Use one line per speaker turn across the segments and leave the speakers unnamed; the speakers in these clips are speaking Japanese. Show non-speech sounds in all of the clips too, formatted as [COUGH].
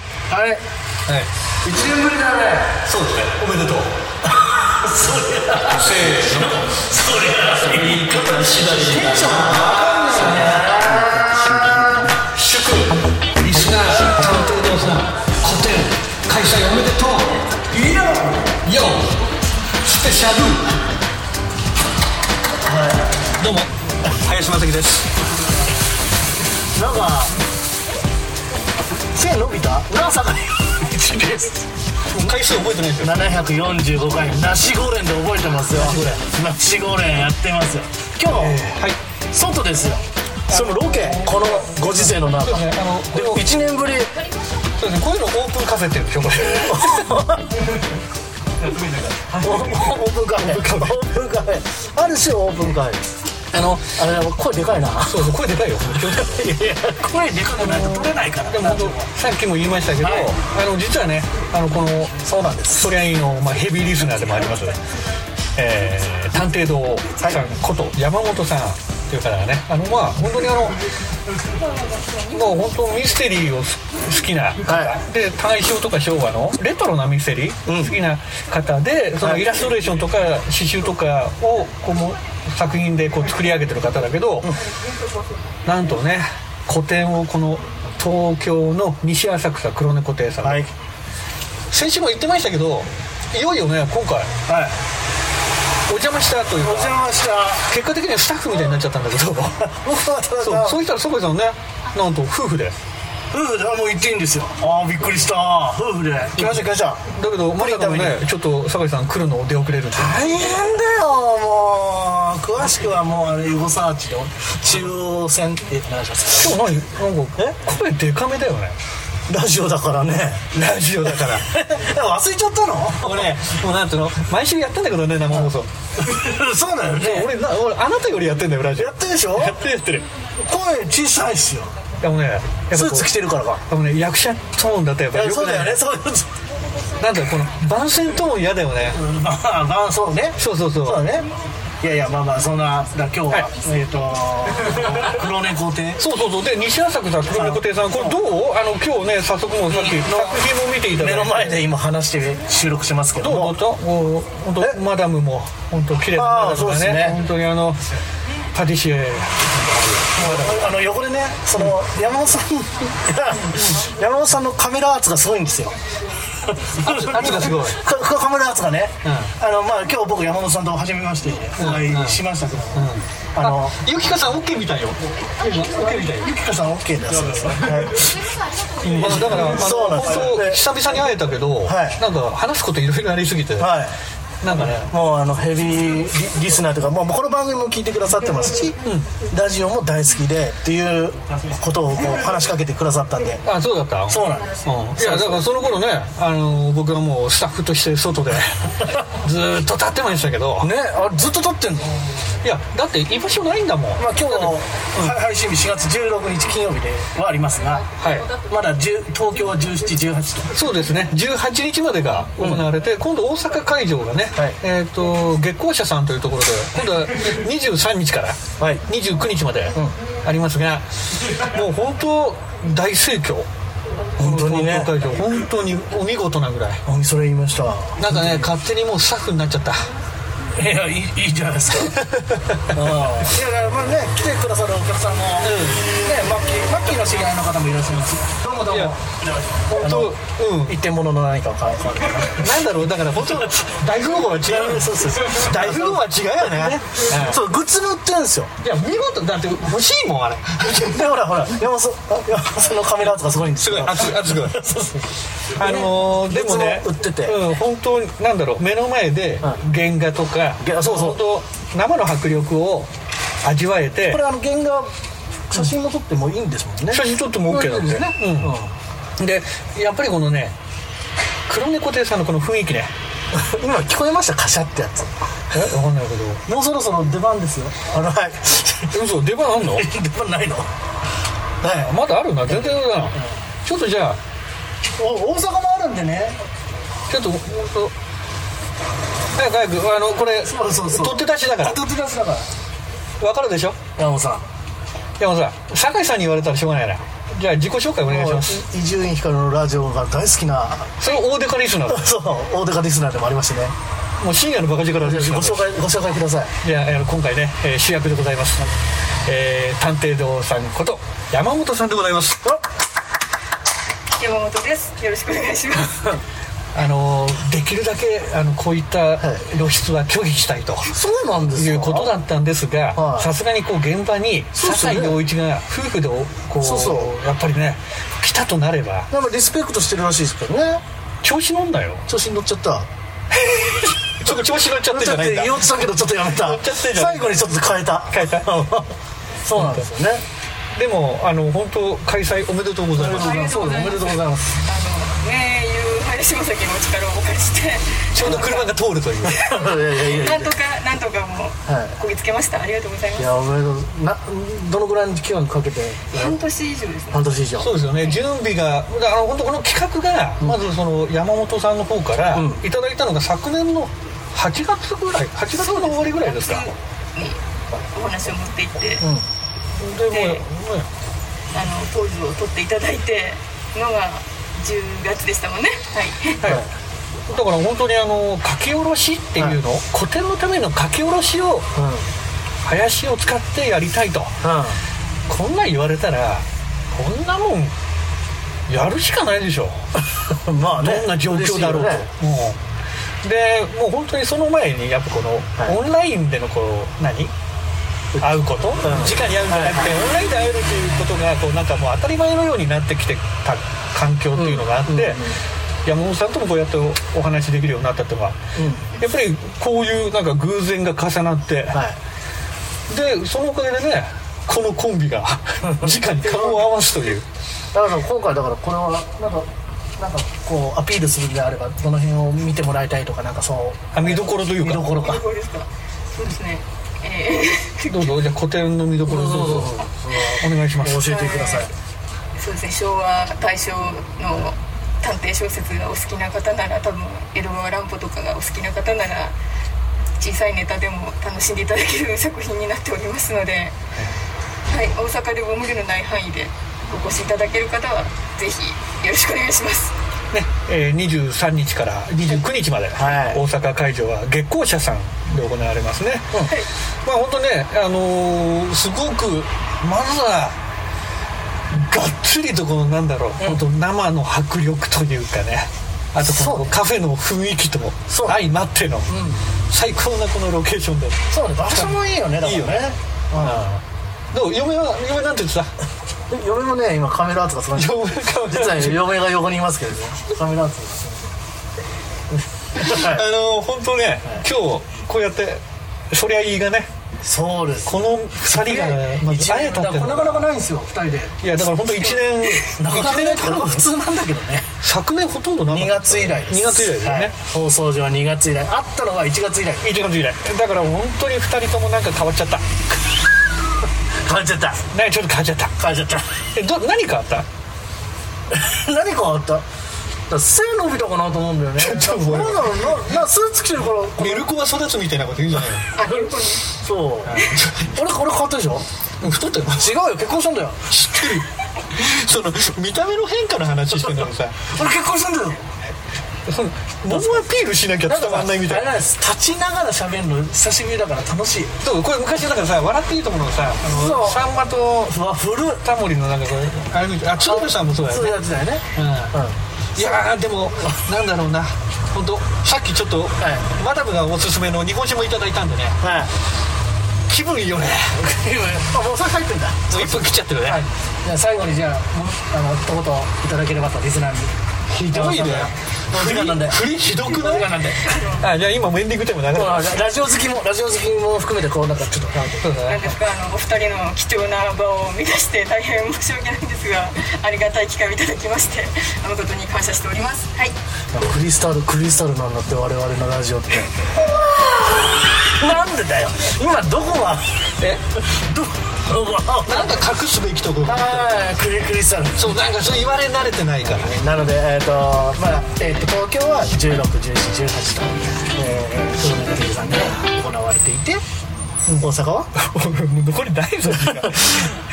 あれ
はい
1年ぶりだね
そうですねおめでとうそれは
せーの
それは言い方次第で
テンション
祝
リスナー探偵のさ個展開催おめでとういいよよスペシャルどうも林正樹です
なんか背伸びた裏下がり1です
回数覚えてないんですよ
745回ナシゴレンで覚えてますよナシゴレンやってますよ今日、
はい
外ですよそのロケこのご時世の中
ねあの
でも1年ぶり
そうですねこういうのオープンカフェって言うんでしょこ
オープンカフェオープンカフェある種オープンカフェです
れあの
あれ声でかいな
そうそう声でかいよ
いやいや声でかくないと取れないから
でも本当さっきも言いましたけど、
はい
あの実はねあのこの
そうなんです
そりゃいいの、まあ、ヘビーリスナーでもありますね、えー、探偵堂さんこと山本さんという方がねあのまあ本当にあのもう本当ミステリーをす好きな方、
はい
で大正とか昭和のレトロなミステリー、好きな方でその
はい
イラストレーションとか刺繍とかをこうも作品でこう作り上げてる方だけど、なんとね個展をこの東京の西浅草黒猫亭さんで
はい
先週も言ってましたけどいよいよね今回
はい
お邪魔したという
お
か
邪魔した
結果的にはスタッフみたいになっちゃったんだ
[LAUGHS]
けどそう
僕はただただ
そうしたらそこさんねなんと夫婦で
夫婦であもう行っていいんですよああびっくりした夫婦で来ました来ました
だけどまさかの
無理だ
ねちょっと酒井さん来るの出遅れるんで
大変だよもう詳しくはもうあれユゴサーチで中央線って言って話します
今日何なんか声デカめだよね
ラジオだからね
ラジオだから
[LAUGHS] 忘れちゃったの
俺ねもうなんていうの毎週やってんだけどね生放送
[LAUGHS] そうだよね
俺な俺あなたよりやってんだよラジオ
やってるでしょ
やってるやってる
声小さいっすよ
でもねやっぱ
ス
こ
ーツ着
う
てるからか
でもね役者トーンだとやっ
い
ぱ
や
よ
そ
く
うだよ
ない
ねそういう
なんかこの番宣トーン嫌だよね
まあまあそうね
そうそうそう
そうだねいやいやまあまあそんなだ今日は、
はい
えっ、と黒猫亭
そうそうそうで西浅草黒猫亭さんこれどうあの今日ね早速もうさっき作品も見ていただ
目
い
の
て
前で今話して収録してますけど
どう
も
本当本当マダムも本当綺麗な
あー
マダムが
そうです
ね
ね
本当にあのパティシエ
あの横でねその山本さん山本さんのカメラアーツがすごいんですよ
圧圧がすごい
かかカメラアーツがね、あのまあ今日僕山本さんと初めましてお会いしましたけど、あの
ゆきかさん OK みたいよ OK みたいよ
ゆきかさん OK だそうですね
まあだからあの
そうなんですよ
本当久々に会えたけど
はい
なんか話すこといろいろありすぎて
はい、はい
なんかね
もうあのヘビーリリスナーというか、もうこの番組も聞いてくださってますし、ラジオも大好きでっていうことをこう話しかけてくださったんで
あそうだった
そうなんです
うんいやだからその頃ねあの僕はもうスタッフとして外
[LAUGHS]
でずーっと立ってましたけど
ねあれずっと撮ってんの
いやだって居場所ないんだもん
まあ今日の配信日4月16日金曜日ではありますが、
は
まだ10東京は17、18と。
そうですね18日までが行われて、今度大阪会場がね、
はい
えっ、と月光社さんというところで今度は23日から
はい
29日までありますが、もう本当大盛況
本当にね
東京会場本当にお見事なぐらい
あそれ言いました。
なんかね勝手にもうスタッフになっちゃった
いやいいいいじゃない [LAUGHS] ですか。うんいやだからまあね来てくださるお客さんも、ねマッキーマッキーの知り合いの方もいらっしゃいます。どうもどう
いや
も。
本当うん
一点物の何かを買う。
なんだろうだから本当大富豪は違う
そうそうそう
大富豪は違うよねうん
そうグッズも売ってんですよ。
いや見事だって欲しいもんあれ
でほらほら山本さんあ山本さんのカメラとかすごいんです
す
よ
ごい。熱く熱く
そうそう
あのーでもね
いつも売ってて
うん、本当になんだろう目の前で原画とか、
げそうそう
本当生の迫力を味わえて
これあの原画写真も撮ってもいいんですもんね。
写真撮っても OK だって
そうですね。うん
うん、でやっぱりこのね黒猫亭さんのこの雰囲気ね
[LAUGHS] 今聞こえましたカシャってやつ
え分かんないけ
もうそろそろ出番ですよあのはい
ど嘘出番あん
[LAUGHS]
の
出番ないのはい
まだあるな全然だなちょっとじゃあ
お大阪もあるんでね
ちょっと、本当。早く早く、あの、これ、
そうそうそう
取って出しだから、
片手出しだから
わかるでしょ
山本さん
山本さん、酒井さんに言われたらしょうがないな。じゃあ自己紹介お願いします
伊集院光のラジオが大好きな
それ大デカリス
[LAUGHS]
ナーだ
そう大デカリスナーでもありましてね
もう深夜のバカ力
ご
リスナー
紹介ご紹介ください
じゃああの今回ね、えー主役でございます、えー探偵堂さんこと山本さんでございます
山本です。よろしくお願いします。
あのーできるだけあのこういった露出は拒否したいと、
そうなんです
いうことだったんですが
はい
さすがにこう現場に
そうっすよ
酒
ね
井陽一が夫婦でおこう
そうそう
やっぱりね来たとなれば
なんかリスペクトしてるらしいですけどね
調子乗んだよ
調子に乗っちゃった
ちょっと調子乗っちゃってん
ち
じ
ょっ
ゃ
と
ないんだ
言おうとしたけどちょっとやめた
ちゃってんじゃない
最後にちょっと変えた
変えた
そうなんですよね
でもあの本当開催おめでとうございます
ありがとうございま
お
す
めでとうございます
あのねえ、いう林正樹の力をお借りして、
ちょうど車が通るという
いやいやいやい
な
や
んとかなんとかも
は
こぎつけました。ありがとうございま
い
す。
やおめでとうなどのぐらいの期間かけて
半年以上ですね。
半年以上
そうですよね準備がだから本当この企画が、まずその山本さんの方から
うん
いただいたのが昨年の8月ぐらい8月の終わりぐらいですか
普通にお話を持っていって、あの
でもう
で
ね
ポーズを取っていただいてのが10月でしたもんね。はい。
はいだから本当にあの書き下ろしっていうの、古典のための書き下ろしを
うんうん
林を使ってやりたいとこんなん言われたらこんなもんやるしかないでしょ
まあね
どんな状況だろうと、
嬉しいよね
うんでもう本当にその前にやっぱこの、
い
オンラインでのこう何会うこと、直に会うんじゃなくて、オンラインで会えるということがこうなんかもう当たり前のようになってきてた環境っていうのがあって、
うんうんうん
山本さんともこうやっておお話しできるようになったっていうのは、やっぱりこういうなんか偶然が重なって、
はい
でそのおかげでねこのコン
[LAUGHS]
ビが直に顔を合わすという
だから今回だからこれはなんかなんかこうアピールするんであればどの辺を見てもらいたいとかなんかそう
あ見どころというか
見どころか
どうですか。そうですね。えー
どうぞじゃあ古典の見どころをどうぞお願いします
教えてください
そうですね昭和大正の探偵小説がお好きな方なら多分江戸川乱歩とかがお好きな方なら小さいネタでも楽しんでいただける作品になっておりますので、はい、大阪でご無理のない範囲でお越しいただける方はぜひよろしくお願いします
ね、えー23日から29日まで、
はい
大阪会場は月光社さんで行われますね、まあ本当ねあのーすごくまずはがっつりとこのなんだろう、本当生の迫力というかねあとこ
そ
の
う
カフェの雰囲気と
そう
相まっての最高なこのロケーションで
そうね場所もいいよねだから
いいよねどう嫁は嫁なんて言ってた
うんで嫁もね今カメラアートがすごいんですよ
嫁か
実は嫁が横にいますけれどねカメラアートですねはい
あのー本当ね、今日こうやってそりゃいいがね
[LAUGHS] そうです
この2人がねまず会えたっての
なか
が
なかないんですよ2人で
いやだから本当一年
なかなかないから普
一年
通なんだけどね
昨年ほとんどなか
2
った
月以来です
2月以来ですよ
は
ね
い、放送上は2月以来あったのは1月以来
1月以来だから本当に2人ともなんか変わっちゃった
変わっちゃった
ねちょっと変わっちゃった
変わっちゃった
えど何変わった
[LAUGHS] 何変わっただから背伸びたかなと思うんだよね
ちょっともう
なんだろうななスーツ着てるからこ
メルコは育つみたいなこと言うんじゃない
あ本当に
そう俺これ変わったでしょ
の [LAUGHS] 太ったよ
違うよ結婚したんだよ
知ってるよその見た目の変化の話してんだけどさ
俺結婚したんだよ
[LAUGHS] その桃アピールしなきゃ伝わんないみたい
あれ
なん
です立ちながら喋るの久しぶりだから楽しい
そうこれ昔だからさ「笑っていいと思う」のさあ
そ
の
う
さんまと
うわ古っ
タモリのなんかこれあれみたいあ鶴瓶さんもそうだ
そ
よ
う
ね
いうやつだよね
うん
うん
いやーでもなんだろうな本当さっきちょっと、
い
マダムがおすすめの日本酒もいただいたんでね
はい
気分いいよね
今あもうそれ入ってんだ
もう1分切っちゃってるね、
はいじゃあ最後にじゃあもうあの一言いただければとリスナーに
ひどいね
お時間なんで
振りひどく
お
ない
時間なんで
あじゃあ今もエンディングテーマ流れて
そう
る
ララジオ好きもラジオ好きも含めてこうなんかちょっとなんか
そうだ
何
ね
ですかあのお二人の貴重な場を満たして大変申し訳ないんですがありがたい機会をいただきまして誠に感謝しておりますはい
クリスタルクリスタルなんだって我々のラジオってなんでだよ今どこが
え
どこが
なんか隠すべきとこ
はいクリクリスタル
そうなんかそう言われ慣れてないからね
なので、えーとまあえー、と東京は16、17、18と、えー、黒目のビルさんで行われていて、大阪は
[LAUGHS] 残り大丈
[LAUGHS]
夫か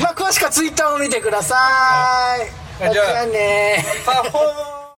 まあ詳しくはツイッターを見てください
はいじゃあ
じゃあね
パフォー